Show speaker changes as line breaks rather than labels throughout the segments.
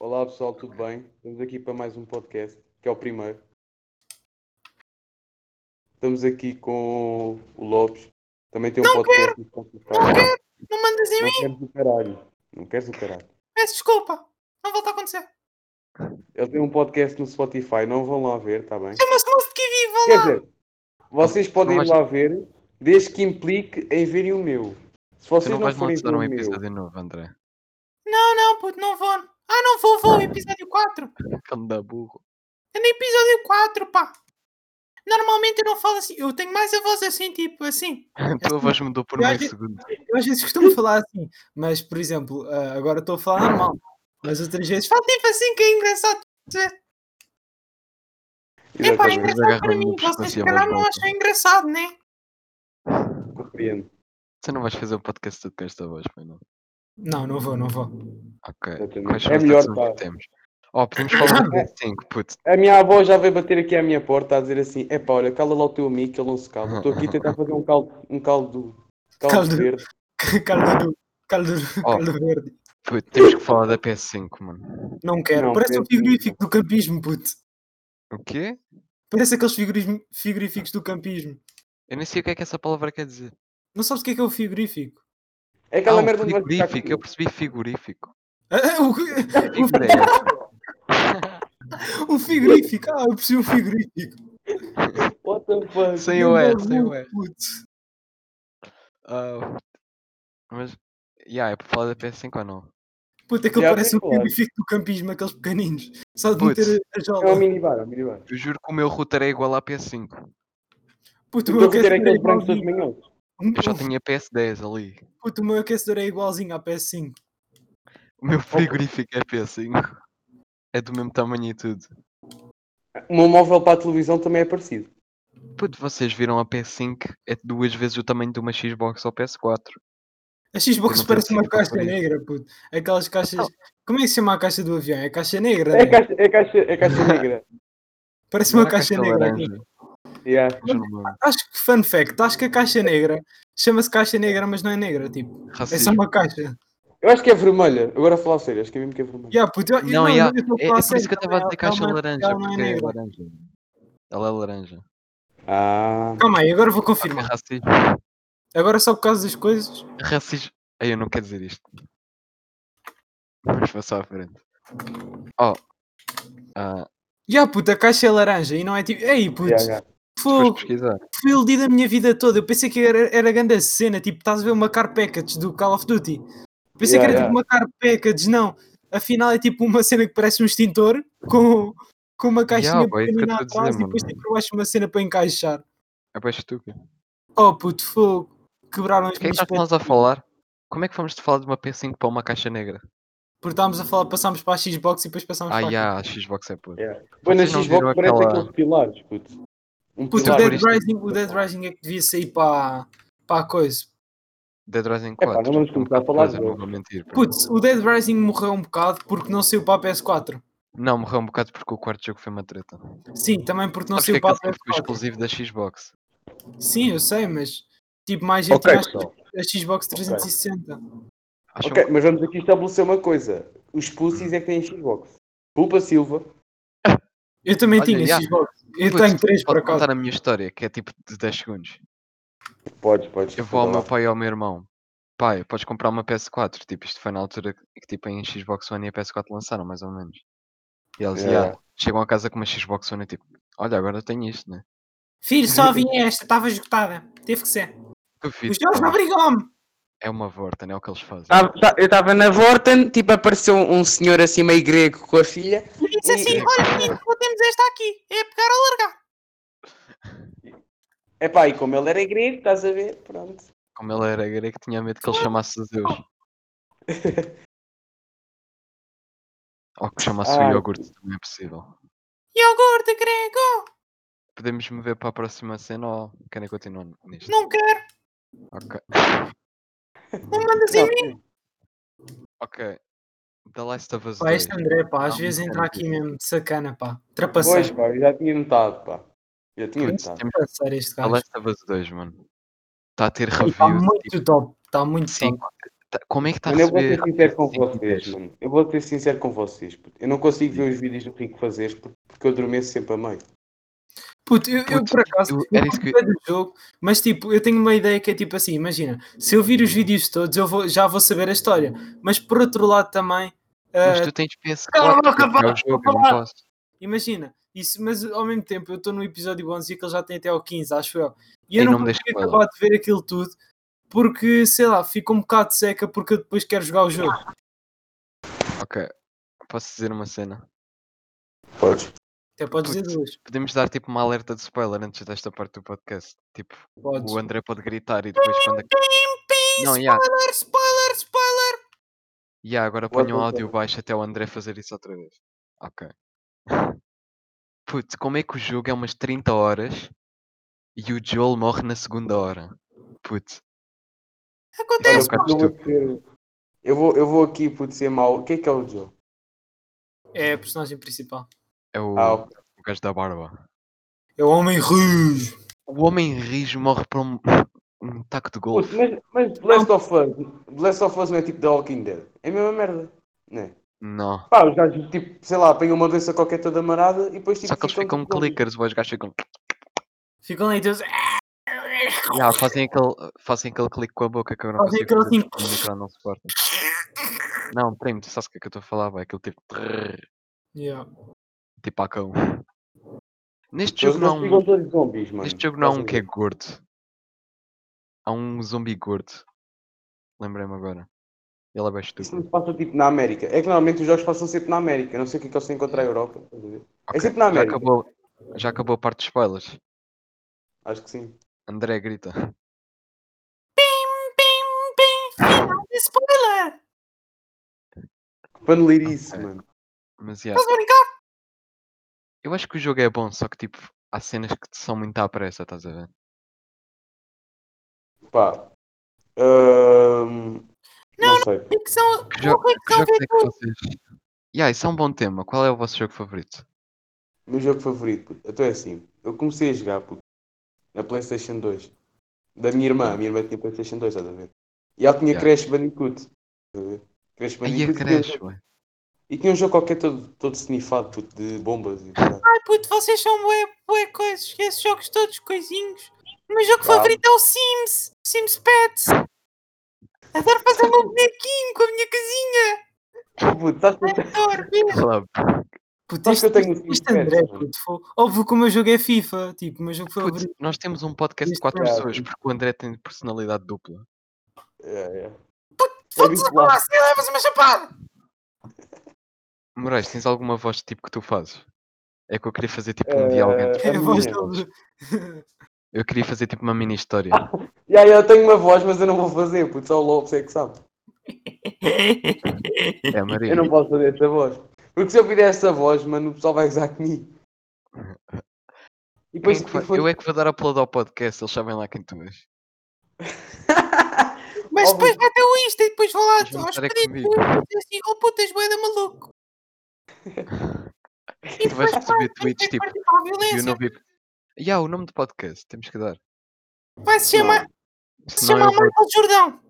Olá pessoal, tudo bem? Estamos aqui para mais um podcast, que é o primeiro. Estamos aqui com o Lopes. Também tem um podcast.
Não quero, não mandas em
Não
mim,
queres do caralho. Não queres do caralho.
peço desculpa. Não volta a acontecer.
Ele tem um podcast no Spotify, não vão lá ver, está bem?
Chama-se Move Kiwi, vão
Quer
lá.
dizer, vocês podem
não
ir
vais-
lá ver, desde que implique em verem o meu. Se
Tu
vocês
não
não,
vais
forem ver
montar
o
um
meu,
episódio novo, André.
Não, não, puto, não vou. Ah, não vou, vou. Episódio 4.
Cão da burro.
É no episódio 4, pá. Normalmente eu não falo assim. Eu tenho mais a voz assim, tipo, assim.
A tua voz mudou por
Eu
meio
acho-
segundo.
Eu às vezes costumo falar assim, mas por exemplo, ah, agora estou a falar mal, mas outras vezes falo.
Falo tipo assim, que é engraçado. É pá, é
exatamente,
engraçado para
agarram
mim.
uma
Vocês se
distância
calhar
mais
não
alta.
acham engraçado, né?
compreendo.
Tu não vais fazer o podcast todo com esta voz, pois não?
Não, não vou, não vou.
Ok.
Exatamente.
Quais são
É
as
melhor,
opções
pá.
que temos? Oh, podemos falar de 5, puto.
A minha avó já veio bater aqui à minha porta a dizer assim: é pá, olha, cala lá o teu amigo que ele não se cala. Estou aqui a tentar fazer um caldo, um caldo, caldo,
Caldo.
verde.
Caldo do. Caldo,
Oh.
caldo verde.
Puto, temos que falar da PS5, mano.
Não quero.
Não,
Parece um
penso que não.
frigorífico do campismo, puto.
O quê?
Parece aqueles frigorismo- frigoríficos do campismo.
Eu nem sei o que é que essa palavra quer dizer.
Não sabes o que é que é o frigorífico?
É
Ah,
aquela
um
merda onde vai ficar
frigorífico. Eu percebi figurífico.
Ah, ah, o que-
Figura é essa?
o frigorífico. Ah, eu preciso um frigorífico.
What the fuck?
Sem o E, sem o
Maluco,
E.
puto.
Ah, Mas, yeah, é para falar da PS5 ou não?
Puto, aquele
Já
parece um
ouvi falar.
frigorífico do campismo, aqueles pequeninos. Só de
Puto.
meter a- a
É um
jola.
minibar, é um minibar.
Eu juro que o meu router é igual à PS5.
Puto, o
Estou
meu
a ter
aquecedor é
aqueles brancos todos
igualzinho.
manhosos.
Eu já tinha PS10 ali.
Puto, o meu aquecedor é igualzinho à PS5.
O meu frigorífico é PS5. É do mesmo tamanho e tudo.
O meu móvel para a televisão também é parecido.
Puto, vocês viram a PS5 é duas vezes o tamanho de uma Xbox ou PS4.
A
Eu
Xbox
não
parece
tenho
uma
sítio para
caixa
pôr isso.
negra, puto. Aquelas caixas. Como é que se chama a caixa do avião? É caixa negra?
É
né?
caixa, é caixa, é caixa negra.
Parece
Não
uma
era
caixa, negra. aquilo.
laranja.
Yeah.
Já não me lembro.
Acho que, fun fact, acho que a caixa negra chama-se caixa negra, mas não é negra, tipo. É só
Racismo.
uma caixa.
Eu acho que é vermelha. Agora a falar sério, acho que é mesmo que é vermelha.
Yeah, puto, eu, eu-
Não,
não,
yeah,
eu estou a
É, é
falar
por isso
sério,
que eu estava
calma,
a dizer caixa
calma,
laranja,
calma,
porque
é
é
negra.
laranja. Ela é laranja.
Ah,
Calma aí, agora vou
É
confirmar.
racismo.
Agora só por causa das coisas.
Racismo. Ai, eu não quero dizer isto. Vamos passar à frente. Oh. Ah,
Já, puto, a caixa é laranja e não é tipo. Ei, puto,
yeah, yeah.
depois
fogo.
pesquisar.
fui iludido a minha vida toda. Eu pensei que era, era grande a cena, tipo, estás a ver uma car package do Call of Duty.
Yeah,
Pensei que era
yeah.
tipo uma car package, não. Afinal é tipo uma cena que parece um extintor com, com uma caixinha
Yeah, boy, é isso que eu
pequenina
estou a
atrás
dizer,
e depois
mano.
tem por baixo uma cena para encaixar.
É bem estúpido.
Oh puto, fogo. Quebraram as
O que é
minhas
que nós a falar? Como é que fomos de falar de uma PS5 para uma caixa negra?
Porque estávamos a falar, passámos para a Xbox e depois passámos
Ah,
para a-
yeah, a Xbox é puto.
Põe na
Vocês não viram
Xbox, parece
aquela-
aqueles pilares, puto. Um
Puto, o
Claro,
pilar.
Dead,
por isto-
Rising, o Dead Rising é que devia sair para, para a coisa.
Dead Rising
Epá,
4.
não vamos
é um
começar a
bocado de
falar
coisa,
de
não
jogo.
vou mentir. pá.
Putz, o Dead Rising morreu um bocado porque não saiu para a PS4.
Não, morreu um bocado porque o quarto jogo foi uma treta. Não
Sim, também porque não
Sabes que é
saiu para
aquele
a
sempre foi
PS4.
exclusivo da Xbox.
Sim, eu sei, mas tipo, mais gente
Ok,
tinha
pessoal.
a, a Xbox 360.
Acho
Ok,
que
mas vamos aqui estabelecer uma coisa. Os pussies é que têm Xbox. Pulpa Silva.
Eu também
Olha,
tinha
já.
Xbox. Eu
Putz,
tenho 3 por
pode
acaso.
contar a minha história, que é tipo de 10 segundos.
Podes, podes.
Eu vou ao
desculpa
meu
lá.
pai e ao meu irmão. Pai, podes comprar uma PS4. Tipo, isto foi na altura que que, tipo em Xbox One e a PS4 lançaram, mais ou menos. E eles
Yeah.
"Ya", chegam a casa com uma Xbox One e tipo, olha, agora eu tenho isto, né?
Filho, só vinha esta, estava esgotada. Teve que ser.
Duvido,
Os jogos
pá.
obrigam-me.
É uma vorta, não é o que eles fazem.
Tava- ta- Ah, tá, eu estava na Vorten, tipo, apareceu um senhor assim meio grego com a filha.
E disse assim: olha, menino, só temos esta aqui. É pegar ou largar.
É pá, e como ele era grego, estás a ver? Pronto.
Como ele era grego, tinha medo que ele chamasse a Zeus. Ou que chamasse
Ai.
o iogurte, também é possível.
Iogurte grego.
Podemos mover para a próxima cena ou querem continuar nisto?
Não quero.
Ok.
Não mandas em mim.
Ok. The Last of Us
Pá,
2.
este André, pá, às
Ah,
vezes
muito
entra
bem,
aqui
filho.
mesmo de sacana, pá.
Pois,
Trapaceiro.
pá, eu já tinha notado, pá. Já tinha
Putz,
notado.
temos
Trapaceiro este
The
gajo.
Last of Us 2, mano. Está a ter
Está
reviews.
tá muito
tipo,
top. Está muito
Sim.
top.
tá- como é que está a
Mano, eu vou
receber
ser sincero com
5
vocês,
vezes?
mano. Eu vou ser sincero com vocês. puto. Eu não consigo ver os vídeos do Rico fazeres por- porque eu adormeço sempre a meio.
Puto, eu, eu,
Puto,
por acaso
eu-
eu
era
não
isso que-
sei do jogo, mas tipo, eu tenho uma ideia que é tipo assim, imagina, se eu vir os
Uhum.
vídeos todos, eu vou, já vou saber a história, mas por outro lado também,
Mas
ah,
tu tens PS4.
Cala a boca,
tipo, é
pá,
o jogo, eu não
pá.
posso.
imagina, isso, mas ao mesmo tempo eu estou no episódio 11 e que ele já tem até ao 15, acho eu, e
Aí
eu
não
não
me deixa
consegui
spoiler.
acabar de ver aquilo tudo, porque sei lá, fico um bocado seca porque eu depois quero jogar o jogo.
Ok, posso dizer uma cena?
Podes.
Até podes dizer
Puto.
duas,
Podemos dar tipo uma alerta de spoiler antes desta parte do podcast. Tipo,
podes.
o André pode gritar e depois quando. Não, já,
Spoiler, spoiler, spoiler.
já, agora
Boa
ponho o áudio
tentativa.
baixo até o André fazer isso outra vez. Ok. Putz, como é que o jogo é umas 30 horas e o Joel morre na segunda hora? Putz,
Olha,
Acontece,
Olha,
pá.
puto, eu vou ser- eu vou, eu vou aqui por ser mau. O que é que é o Joe?
É a personagem principal.
é o,
Ah, ok.
o gajo da barba.
É o Homem Rujo.
O homem rijo morre para um, um taco de
Puto,
golfe.
mas, mas Last of Us, Last of Us não é tipo The Walking Dead. É a mesma merda. Não é?
Não.
Pá, os gajos, tipo, sei lá, apanham uma doença qualquer toda marada e depois tipo.
Só que eles ficam
zombies.
clickers, os gajos ficam.
Ficam lá e "Ah!" Deus.
Ya, fazem, aquele, fazem aquele clique com a boca que eu não
Fazem
consigo
aquele
fazer
assim.
porque o microfone não suporta. Não, primo, tu sabes o que é que eu estou a falar, vai? Aquele tipo. trrr,
Yeah.
Tipo acão. Neste
Eles
jogo não há
não ficam
um,
todos zombies, mano.
neste jogo não há um
Estás a
que é
ver?
gordo. Há um zumbi gordo. Lembrei-me agora. Ele é bem
Isso
estúpido.
não se passa tipo na América. É que normalmente os jogos passam sempre na América. Não sei o que é que eles têm contra a Europa. estás a ver?
Ok,
é sempre na
já
América.
acabou, já acabou a parte dos spoilers.
Acho que sim.
André grita.
Spoiler.
Para isso,
Ok.
mano.
Mas ya,
Estás a brincar?
eu acho que o jogo é bom, só que tipo, há cenas que são muito à pressa, estás a ver?
Pá. Ahm, Não, sei.
O que são-
Que jo-
o que é que
Que
são
jogos é que
virtudes?
vocês. Ya, isso é um bom tema. Qual é o vosso jogo favorito?
Meu jogo favorito, puto. Então é assim. Eu comecei a jogar, puto, na PlayStation 2. Da minha irmã. A minha irmã tinha PlayStation 2, estás a ver? E ela tinha
Yeah.
Crash Bandicoot. Estás a ver? Crash
Aí
Bandicoot.
é
e tinha um
Crash,
jogo-
ué.
E tinha um jogo qualquer todo, todo snifado, puto, de bombas e caralho.
Ai, puto, vocês são bué, bué coisas. Esses jogos todos coisinhos. O meu jogo
Claro.
favorito é o Sims. Sims Pets. Adoro fazer o meu bonequinho com a minha casinha.
Puto, tá sabes que é eu tenho-
Adoro, mesmo.
Club.
sabes
Puto,
que
este,
eu tenho um
este
Sims
André,
Pets, mano?
puto, fo- óbvio que o meu jogo é FIFA, tipo, o meu jogo
Putz,
favorito.
nós temos um podcast de
Isto
quatro
é-
pessoas porque o André tem personalidade dupla.
É, é.
Vou-te só falar assim, levas uma chapada.
Moraes, tens alguma voz tipo que tu fazes? É que eu queria fazer tipo um diálogo entre.
É
É a voz
minha.
dele.
Eu queria fazer tipo uma mini história.
Ah, E aí eu tenho uma voz, mas eu não vou fazer, puto, só o Lopes é que sabe.
É, Maria.
Eu não posso fazer essa voz. Porque se eu fizer essa voz, mano, o pessoal vai usar comigo. E
Quem
depois
é que vai- Eu é que vou dar upload ao podcast, eles sabem lá quem tu és.
Mas
Óbvio.
depois vai ter o Insta e depois vou lá
Mas vamos
aos
estar é
pedidos
comigo.
e assim, oh puta, és bué da maluco.
Tu vais receber tweets
Tem que
tipo.
partir para a
E o
violência.
nome. Ya, ah, o nome do podcast, temos que dar.
Vai se chamar, se
Senão
chamar
eu vou,
Michael Jordão.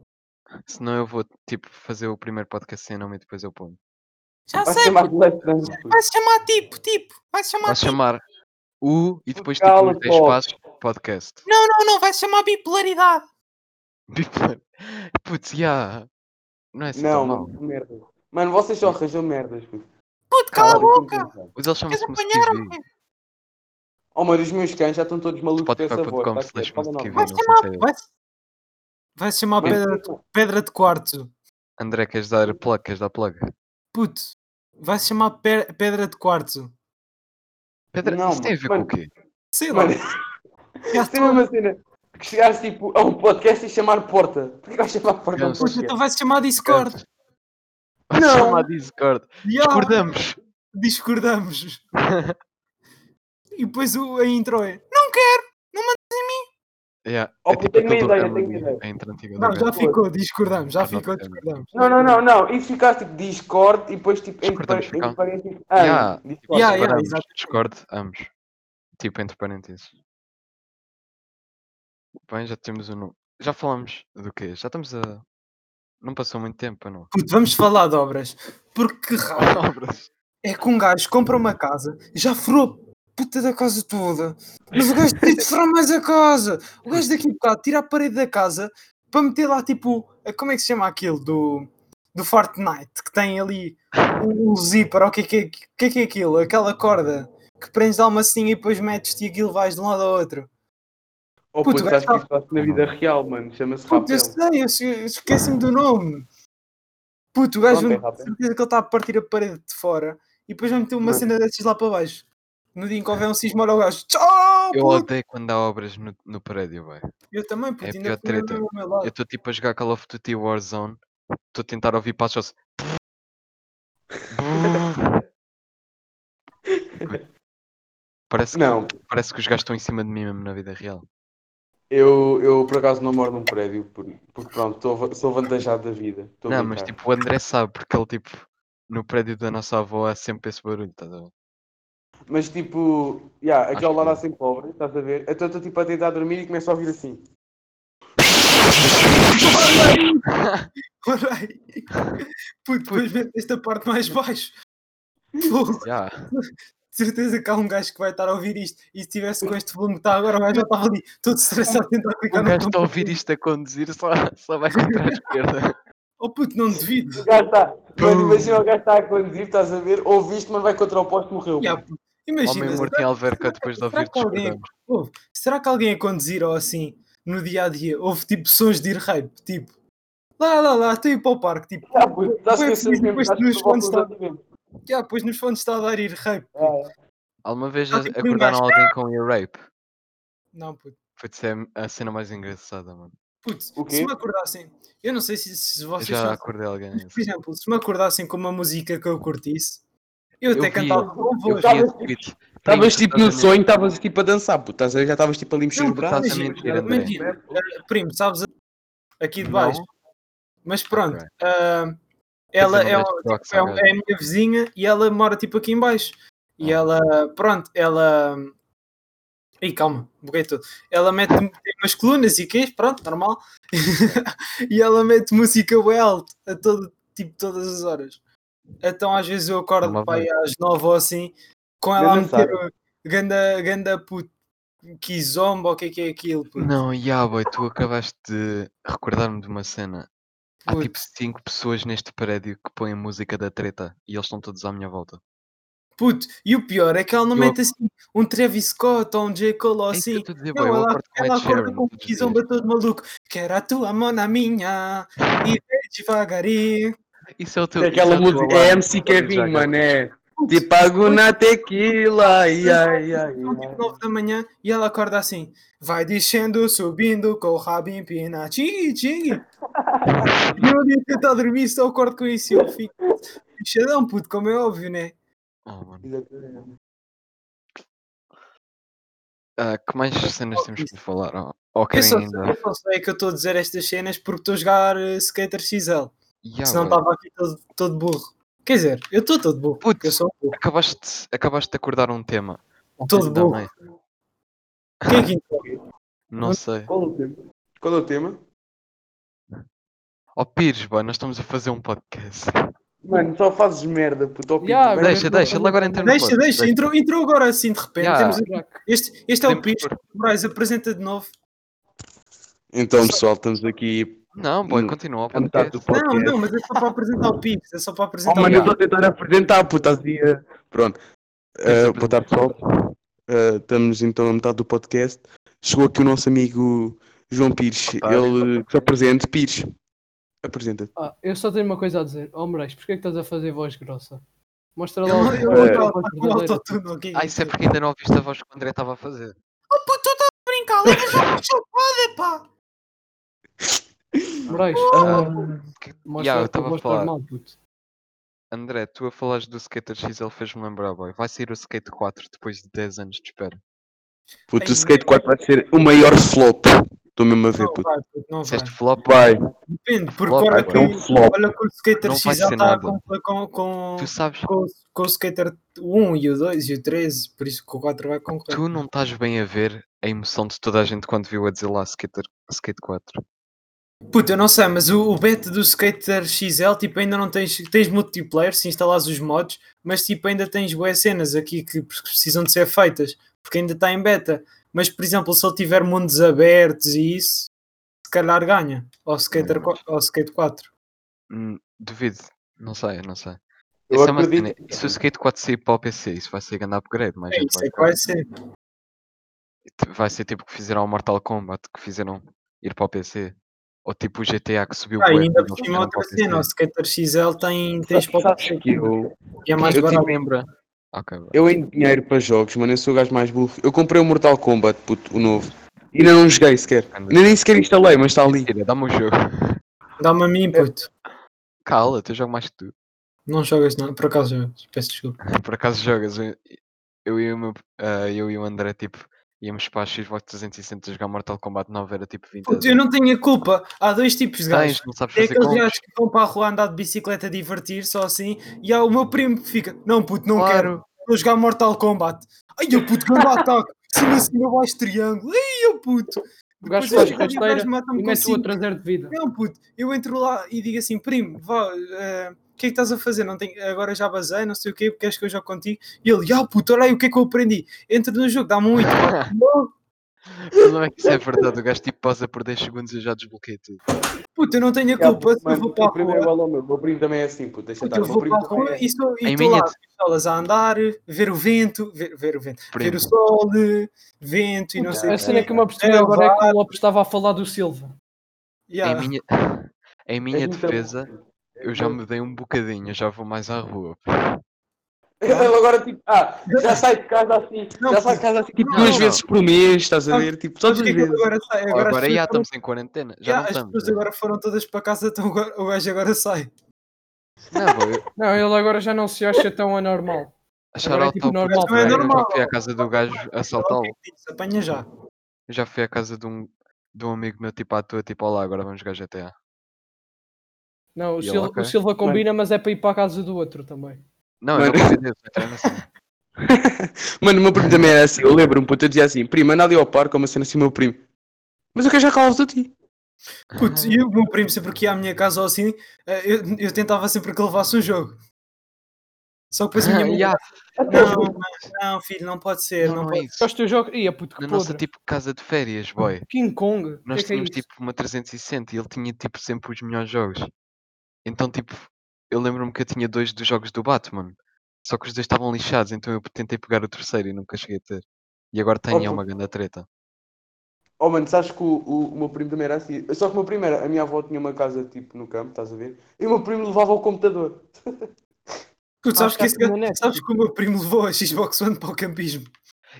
senão eu vou tipo fazer o primeiro podcast sem nome e depois eu ponho.
Já
vai
sei,
ser mais letrando, puto.
vai se chamar tipo, tipo. Vai se chamar
Vai
tipo.
chamar U e depois tipo
Cala,
os 10
pô.
passos podcast.
Não, não, não, vai se chamar bipolaridade.
Bipolar. Putz, já. Não é assim
Não,
tão mal.
mano, que merda. Mano, vocês só arranjam merdas, puto.
Puto, cala a
é
boca.
Os eles
Vocês
chamam-se Mousse
apanharam-me.
TV.
Oh, mano, os meus cães já estão todos
Tipo,
malucos dessa voz.
Spotify.com
tá certo?
slash
Fala
Mousse
não. Mas-
TV. Não sei se é.
Vai, vai se chamar pedra, pedra de Quarto.
é. André, queres dar plug? Queres dar plug?
Puto, vai se chamar Pe- Pedra de Quarto.
Pedra,
Não,
isso tem a ver com
mano.
o quê?
Sei lá.
Mano, é
já
tem uma cena que chegares tipo a um podcast e chamar porta. Por que vais chamar porta a um
Não,
Puto, então
podcast?
vai se chamar Discord.
Vai
Não.
chamar Discord.
Ya,
Discordamos.
discordamos. E depois o, a intro é. Não quero.
Ya,
Oh,
é
puto,
tipo
tenho uma ideia,
aquele do
tenho uma
Herman,
ideia.
a entrada antiga
Não,
do
já
Herman.
ficou, discordamos, já
Mas não
ficou,
queremos.
discordamos.
Não, não, não, não. E se ficares tipo Discord e depois tipo entre, par-
Discordamos, fica.
entre parênteses.
Ya.
Ah, Discord.
Ya, ya.
Discordamos.
exato.
Discord, ambos. Tipo, entre parênteses. Bem, já temos o nome. Já falamos do quê? Já estamos a Não passou muito tempo, não.
Puto, vamos falar de obras. Porque raro
Obras.
é que um gajo compra uma casa, já furou a puta da casa toda, mas o gajo tem de furar mais a casa. O gajo daqui a bocado tira a parede da casa para meter lá tipo. a- Como é que se chama aquilo do, do Fortnite? Que tem ali um zíper, ou o que é que é, o que é que é aquilo? Aquela corda que prendes lá uma cinha e depois metes-te e aquilo vais de um lado ao outro.
Oh,
Puto,
puto,
o gajo
acho que isso faz na vida real, mano. Chama-se
Puto,
rapel.
eu sei, eu se- eu esqueci-me do nome. Puto, o gajo
Pronto, é
vai
rapel.
certeza que ele está a partir a parede de fora e depois vai meter uma
Não.
cena dessas lá para baixo. No dia em que houver um sismo, olha o gajo. Tchau,
Eu
puto!
odeio quando há obras no, no prédio, velho.
Eu, também, puto,
É a
ainda
pior
fui
treta.
ao meu lado.
Eu estou tipo a jogar Call of Duty Warzone. Estou a tentar ouvir passos assim. parece, que,
Não,
parece que os gajos estão em cima de mim mesmo na vida real.
eu, eu por acaso não moro num prédio, por- porque pronto, sou, va- sou avantajado da vida. Tô a
não, mas
brincar.
tipo, o André sabe, porque ele tipo, no prédio da nossa avó há sempre esse barulho, estás a ver?
Mas tipo, yeah, aquele
que
lado
não.
há sempre obra, estás a ver? Então estou tipo a tentar dormir e começo a ouvir assim.
Olha aí. Puto, depois mete esta parte mais baixo. Fogo,
Já.
de certeza que há um gajo que vai estar a ouvir isto. E se tivesse com este volume que está agora, o gajo já estava ali, todo estressado, a tentar clicar
Um
no
gajo está a
botão.
ouvir isto a conduzir, só, só vai contra a esquerda.
Oh puto, não devido.
O gajo está. Mano,
Pum.
imagina o gajo está a conduzir, estás a ver? Ouviste, mas vai contra o posto e morreu.
Yeah, puto, Imagina,
Homem morto em Alverca depois de
será
ouvir
que alguém-
discordamos.
Ouve, será que alguém a conduzir ou assim, no dia a dia, houve tipo sons de ir rape? Tipo, lá, lá, lá, estou a ir para o parque. Tipo,
Ah, puto, estás
Foi
a
preciso
esquecer
depois
mesmo,
dos tá-
estás a
quando
esquecer mesmo.
já, pois nos fones está a dar ir rape.
Alguma vez
Alguém viu um
acordaram
gajo-
alguém com ear rape?
Não, puto.
Foi de ser a cena mais engraçada, mano.
Puto,
O quê?
se me acordassem, eu não sei se, se
Eu
vocês
já
são.
acordei alguém
mas,
assim.
Por exemplo, se me acordassem com uma música que eu curtisse, eu
Eu
até
vi,
cantava
Eu
vi-
vi
convosco.
Estavas
esse tweet.
Estavas
Primo,
tipo no
estás a
sonho, estavas tipo a dançar, puto, estás a ver? Já estavas tipo a mexer
Não,
os
puto,
braços.
estás a mentir, André.
Imagina, eh, primo, sabes a- aqui de
Não.
baixo. Mas pronto,
Ok.
ah, ela
dizer,
é,
não
um-
deixes de
tipo,
proxar,
é um- é a minha vizinha e ela mora tipo aqui em baixo. E
Ah.
ela, pronto, ela. Ih, calma, buguei tudo. Ler. Ela mete tem umas colunas e queijo, pronto, normal. e ela mete música bué alto a todo, tipo, todas as horas. Então às vezes eu acordo
Uma
pai, às nove ou assim, com ela a
Ganda
meter o ganda, ganda puto, quizomba, ou o que é que é aquilo, puto.
Não, Yaboi, tu acabaste de recordar-me de uma cena. Há
Puto.
tipo 5 pessoas neste prédio que põem música da treta e eles estão todos à minha volta.
Puto, e o pior é que ela não
Eu
mete assim um Travis Scott ou um J. Cole ou
É isso que eu
assim.
estou a dizer,
Não,
boy, eu
ela,
acordo com
ela
Ed
acorda
Sheeran.
com um
todos os dias.
kizomba todo maluco. Quero a tua mão na minha e vem devagarinho.
Isso é o teu
É aquela
isso é o teu
música, é
alarme.
MC Kevin,
Jaga.
mano, é. Te pago na tequila, ai, ai, ai.
São
É.
tipo
ai.
9 da manhã e ela acorda assim. Vai descendo, subindo, com o rabo empina. Tchim, tchim. E eu ali a tentar dormir, só acordo com isso e eu fico fechadão, puto, como é óbvio, né?
Oh, mano.
Exatamente.
Ah, que mais cenas temos
isso.
para falar? Oh, oh,
Eu
querem
só,
ainda?
eu só sei que eu estou a dizer estas cenas porque estou a jogar eh, Skater XL.
Yeah,
Senão
ah, boy.
estava aqui todo, todo burro. Quer dizer, eu estou todo burro.
Putz.
Eu sou um burro.
Acabaste, acabaste de acordar um tema.
Todo
Ainda
burro.
bem.
Quem é que entrou?
Não sei.
Qual é o tema? Qual é o tema?
Oh Pires, boy, nós estamos a fazer um podcast.
Mano, só fazes merda, puto. ó, puto,
Yeah,
merda
Deixa,
que
deixa,
não
ele agora entra no
Deixa,
pod,
deixa. Entrou, entrou agora assim de repente.
Ya,
Temos aqui- Este, este é o
podemos
Pires.
pôr-
O Braz apresenta de novo.
Então, pessoal, estamos aqui.
Não, boy,
Não.
continua o
A metade
podcast.
do podcast.
Não, não, mas é só para apresentar o Pires. É só para
Oh,
apresentar o
mano, eu
Pires.
vou tentar apresentar, puta, assim. eh, Pronto. Eh, boa tarde, pessoal. Eh, estamos então na metade do podcast. Chegou aqui o nosso amigo João Pires.
Boa tarde.
Ele eh, que se apresente. Pires, apresenta-te.
Ah, eu só tenho uma coisa a dizer. Ó oh, Moraes, porquê que estás a fazer voz grossa? Mostra lá
Não,
o
eu
É.
vou
a
dar o-
voz
o
verdadeira.
autotune. ok?
Ah, isso é porque ainda não ouviste a voz que o André estava a fazer.
Oh, puto, tu estás a brincar, leva já uma chapada, pá!
Moraes,
Ah.
Que-
mostra
Ya,
lá
eu
a tua
estava a
voz
falar.
normal, puto.
André, tu a falares do Skater X, ele fez-me lembrar, boy. Vai sair o Skate 4 depois de 10 anos de espera.
Puto,
Ai,
o Skate 4 vai ser o maior flop. Estou mesmo a ver,
Não
puto.
vai, puto, não vai.
Disseste flop,
Vai,
Depende, porque
Flop,
olha
vai
que,
ser um flop.
olha que o Skater
Não vai
XL
ser
está
nada.
com, com, com,
tu sabes,
com, o- com o Skater 1 e o 2 e o 13, por isso que o 4 vai concorrer.
tu não estás bem a ver a emoção de toda a gente quando viu a dizer lá Skater, Skate 4.
Puta, eu não sei, mas o, o bet do Skater XL, tipo, ainda não tens... Tens multiplayer se instalares os mods, mas, tipo, ainda tens boas cenas aqui que precisam de ser feitas, porque ainda está em beta. Mas, por exemplo, se ele tiver mundos abertos e isso, se calhar ganha. Ou Skater,
mas-
qua- ou Skate 4.
Hum, Duvido. Não sei, não sei.
Eu
Isso é uma
acredito.
cena. E se o Skate 4 sair para o PC, isso vai ser grande upgrade. Mas
É isso é que vai ser.
vai ser tipo o que fizeram ao Mortal Kombat, que fizeram ir para o PC. Ou tipo o GTA que subiu
Ah, e
bué,
ainda
mas
por
eles
cima
fizeram
outra
para o PC.
cena, o Skater XL tem... Tens para o
Sabes que eu,
e é mais
eu
barato.
tive-
Lembra? Ok, vá.
eu em dinheiro para jogos, mano, eu sou o gajo mais burro. Eu comprei o Mortal Kombat, puto, o novo. E ainda não joguei sequer. Nem, nem sequer instalei, mas está ali.
Mentira, Dá-me o jogo.
Dá-me a mim, puto.
Cala, tu jogo mais que tu.
Não jogas, não. Por acaso jogas. Peço desculpa.
Por acaso jogas? Eu, eu e, o meu, ah, eu e o André, tipo, íamos para a Xbox 360 jogar Mortal Kombat 9, era tipo 20
Puto, eu não tenho a culpa. Há dois tipos de gajos.
Tens, não sabes
É
fazer
aqueles
combos.
gajos que vão para a rua andar de bicicleta a divertir, só assim, e há o meu primo que fica, não puto, não quero, vou jogar Mortal Kombat. Ai, eu puto, grande ataque, cima, cima, baixo, triângulo, ai, eu puto.
O gajo
Depois
faz
eu chego e é, o assim.
rasteira
mata-me
e
com
mete o
cinco.
outro a zero de vida.
Não puto, eu entro lá e digo assim, primo, vá, eh, o que é que estás a fazer? Não tenho, agora já basei, não sei o quê, queres que eu jogue contigo? E ele, ah puto, olha aí o que é que eu aprendi. Entra no jogo, dá-me um 8.
O problema é que isso é verdade, o gajo tipo pausa por 10 segundos e já desbloqueia tudo.
Puto, eu não
É
tenho a culpa, eu vou para a rua.
meu. meu primo também é assim, puto. Deixa
Puta, eu vou para a
é assim.
rua e estou
Em
lá,
minha-
as pessoas a andar, ver o vento, ver, ver o vento, ver
Primo.
o sol, vento e não sei
A
o
cena
quê.
que eu me apercebi
Era
agora é que o Lopes estava a falar do Silva.
Yeah.
Em minha, em minha defesa, eu já mudei um bocadinho, eu já vou mais à rua.
Ele agora, tipo, ah, já sai de casa assim.
Não,
já sai de casa assim, tipo,
não,
duas
não.
vezes por mês, estás a
Sabes-
ver? Tipo, só
Sabes o
duas
que é que ele
vezes.
agora
Agora,
sai? as pessoas
já
foram-
estamos em quarentena, já
Yeah,
não
as
estamos. né?
pessoas agora foram todas para casa, então agora- o gajo agora sai.
Não, vou, eu-
Não, ele agora já não se acha tão anormal.
shout out
tipo
ao
normal,
puto,
não é
velho, eu
normal.
já fui à casa do gajo
Então,
assaltá-lo.
Isso, Apanha já.
Eu já fui à casa de um, de um amigo meu, tipo à toa, tipo, olá, agora vamos jogar GTA.
Não, o,
E ele,
Sil- o
ok.
Silva combina, mas é para ir para a casa do outro também.
Não, eu não
Mano.
convidei, eu entrei na cena.
Mano, o meu primo também era assim. Eu lembro-me, puto, eu dizia assim, primo, anda ali ao parque, como assim, assim, meu primo. Mas eu quero já calar de ti.
Putz, e o meu primo sempre que ia à minha casa ou assim, eh, eu, eu tentava sempre que ele levasse um jogo. Só que depois a minha mãe.
Ya,
é
Não, mas não, filho, não pode ser.
não,
não
não
pode
é isso.
Gosto do jogo. Ih, é puto que
Na nossa
podre.
tipo casa de férias, boy.
King Kong.
Nós
o que é que é
tínhamos
isso?
tipo uma 360 e ele tinha tipo sempre os melhores jogos. Então tipo, eu lembro-me que eu tinha dois dos jogos do Batman. Só que os dois estavam lixados, então eu tentei pegar o terceiro e nunca cheguei a ter. E agora tenho é
puto.
uma grande treta.
Oh, mano, sabes que o, o, o meu primo também era assim. Só que o meu primo era. A minha avó tinha uma casa tipo no campo, estás a ver? E o meu primo levava o computador.
Tu sabes,
Ah,
que
tá
esse gajo-
tudo na net.
sabes que o meu primo levou a Xbox One para o campismo?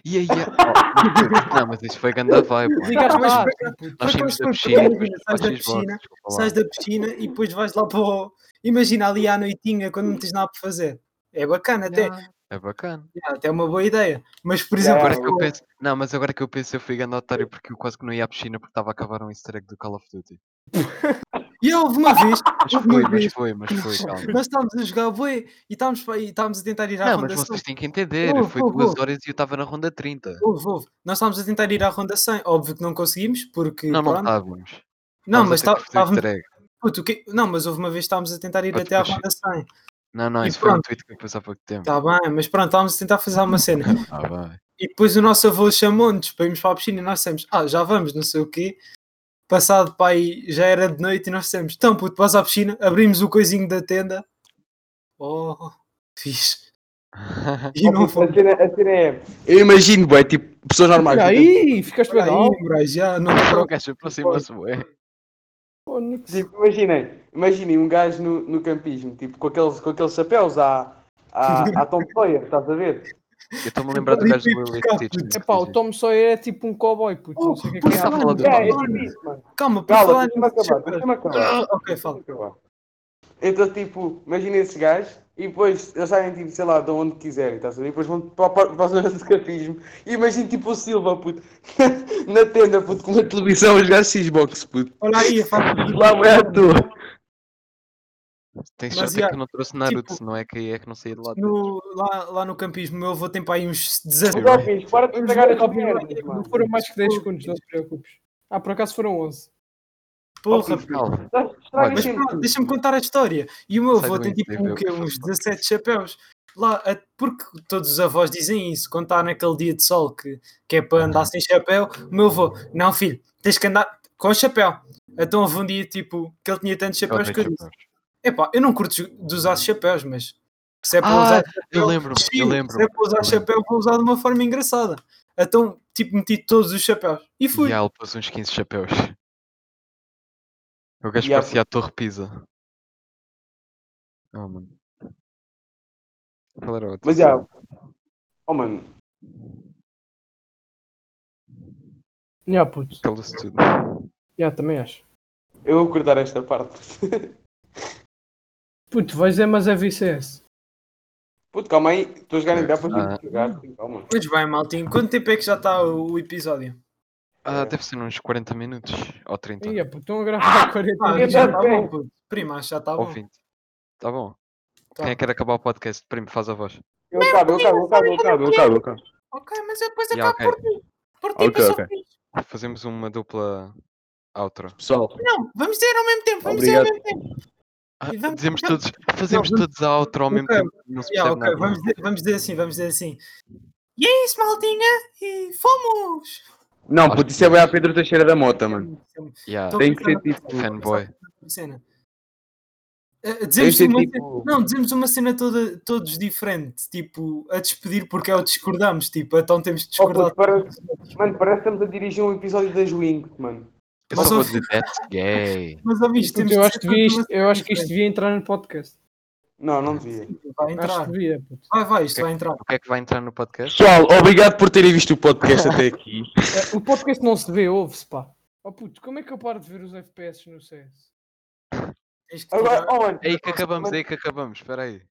E aí, é oh, não, mas isso foi grande vibe. mano.
Ligaste
Mas
lá.
Nós
Foi
saímos da
quando foi
piscina,
pequeno,
depois fomos
sais
para a
da
Xbox,
piscina,
desculpa lá.
Sais da piscina e depois vais lá para o... Imagina ali à noitinha quando não tens nada para fazer. É bacana até.
É bacana.
Yeah, Até é uma boa ideia. Mas, por
Yeah,
exemplo,
Agora que eu
eu-
penso, não, mas agora que eu penso, eu fui grande otário porque eu quase que não ia à piscina porque estava a acabar um easter egg do Call of Duty.
e houve uma vez,
Mas
Não
foi, mas
vejo.
foi, mas foi, calma.
nós estávamos a jogar boi e estávamos, para- e estávamos a tentar ir à
Não,
Ronda
mas vocês
100.
têm que entender.
Ouve,
Foi
ouve,
duas
ouve.
horas e eu estava na ronda 30.
Houve, houve. Nós estávamos a tentar ir à Ronda 100. Óbvio que não conseguimos, porque...
Não, não
pronto.
estávamos.
Não,
Estávamos
mas
a ter
tá-
que fazer o
estávamos...
easter egg.
puto, o quê? Não, mas houve uma vez que estávamos a tentar ir
Ah,
até à
depois-
Ronda 100.
Não, não,
E
isso foi um
pronto. Tá.
tweet que eu pus há pouco tempo.
Está bem, mas pronto, estávamos a tentar fazer uma cena.
Ah, vai.
E depois o nosso avô chamou-nos para irmos para a piscina e nós dissemos, ah, já vamos, não sei o quê. Passado para aí, já era de noite e nós dissemos, então puto, vais à piscina, abrimos o coisinho da tenda. Oh, fixe. E não
Tipo, a,
fomos.
cena, a cena é. Eu imagino, bué, tipo, pessoas normais.
Olha aí, ficaste bem
Olha aí,
alto.
Moraes, já, não
O gajo aproxima-se, ué.
Oh, Fónix.
Tipo, imaginem, imaginem um gajo no, no campismo, tipo, com aqueles, com aqueles chapéus à, à, à Tom Sawyer, estás a ver?
Eu estou-me a lembrar do
Ali
gajo do
fui
Lily
buscar,
Stitch.
puto.
né,
Epá, o
que
Tom Sawyer é tipo um cowboy, puto. Não sei o que é que
por
é.
falar
aquilo.
no
Tom
É,
gajo-
é isso, mano.
Calma, por
Cala,
falar
deixa-me
nisso,
acabar,
deixa-
deixa-me acabar.
Ah, ok, fala.
Deixa-me acabar. Então, tipo, imaginem esses gajos e depois eles saem, tipo, sei lá, de onde quiserem, estás a ver? E depois vão para, para, para a zona de campismo. E imaginem, tipo, o Silva, puto, na tenda, puto, com uma televisão a jogar Xbox, puto.
Olha aí, fala.
Lá é à toa.
Tens
Mas,
certeza que
já,
eu não trouxe Naruto,
tipo,
senão é que aí é que não saí de lá.
No, lá, lá no campismo, meu avô tem para aí uns 17
Já fiz, para de
Vamos
estragar
é
é jogar
as
rápido,
merdas,
Não
mano.
foram mais que 10 segundos, não te preocupes. Ah, por acaso foram 11.
Porra,
Horrível.
Calma.
Estraga
Olha,
Mas
sempre
pronto,
tudo.
deixa-me contar a história. E o meu avô
Segue
tem
o
tipo
incrível,
um quê?
por favor.
uns 17 chapéus. Lá, a- porque todos os avós dizem isso, quando está naquele dia de sol que, que é para andar sem chapéu, o meu avô, não filho, tens que andar com chapéu. Então houve um dia tipo que ele tinha tantos
Eu
chapéus
odeio
que eu disse:
chapéus.
Epá, eu não curto de usar chapéus, mas se é para
Ah,
usar
eu lembro,
Sim,
eu lembro.
Se é para usar chapéu, vou usar de uma forma engraçada. Então, tipo, meti todos os chapéus e fui.
E ele pôs uns 15 chapéus. O gajo
E há-
parecia a Torre Pisa. Oh, mano. Qual era o outro?
Mas já. Oh, mano.
Já, puto.
Calou-se tudo.
Já, também acho.
Eu vou cortar esta parte.
Puto, vais dizer, mas é VCS.
Puto, calma aí. Estou a jogar em
Ah.
dá para jogar. Calma.
Pois bem, Maltinho, quanto tempo é que já está o o episódio?
Ah,
É.
deve ser uns 40 minutos. Ou 30.
Ia, é, puto, estão a gravar 40
Ah,
minutos.
já
tá
está
bem.
bom, puto. Prima, acho que já está
Ou
bom.
20. Tá bom.
Tá.
Quem é que quer acabar o podcast? Primo, faz a voz.
Eu acabo, eu acabo, eu acabo, eu acabo, eu acabo, eu acabo.
Ok, mas eu depois
Yeah,
acabo por
ok.
ti. Por ti,
Ok,
depois eu
ok.
fiz.
Fazemos uma dupla outro.
Pessoal,
Não, vamos dizer ao mesmo tempo, vamos dizer ao mesmo tempo.
Ah,
E vamos-
dizemos
vamos-
todos, fazemos
vamos-
todos a outro ao mesmo
Ok,
tempo. Não se percebe
Yeah, ah, ok,
nada.
vamos dizer, vamos dizer assim, vamos dizer assim.
E é isso, maldinha, e fomos!
Não,
Acho
puto,
que
isso é bem a Pedro Teixeira da Mota, mano.
Yeah, um
Tô-
Tem que ser tipo.
fanboy.
Cena. Eh,
Tem que
Dizemos
ser
uma, cena-
tipo.
não, dizemos uma cena toda, todos diferente, tipo, a despedir porque é o discordamos, tipo, então temos de
Oh,
discordar.
puto, parece... Mano, parece que estamos a dirigir um episódio das Wings, mano.
Eu
Mas
só vou
eu-
dizer that's gay.
Mas ouviste,
Puto,
temos
eu
de
acho que
ser
devia
todos
isto, eu acho que isto
diferente.
devia entrar no podcast.
Não, não devia.
Vai
Acho que
entrar,
devia, puto.
vai, vai, isto vai entrar.
O que é que vai entrar no podcast?
Pessoal, obrigado por terem visto o podcast até aqui.
É, O podcast não se vê, ouve-se, pá. Oh, puto, como é que eu paro de ver os FPS no CS?
Tens que
Agora,
tirar-
oh, mano.
É aí que acabamos, é aí que acabamos. Espera aí.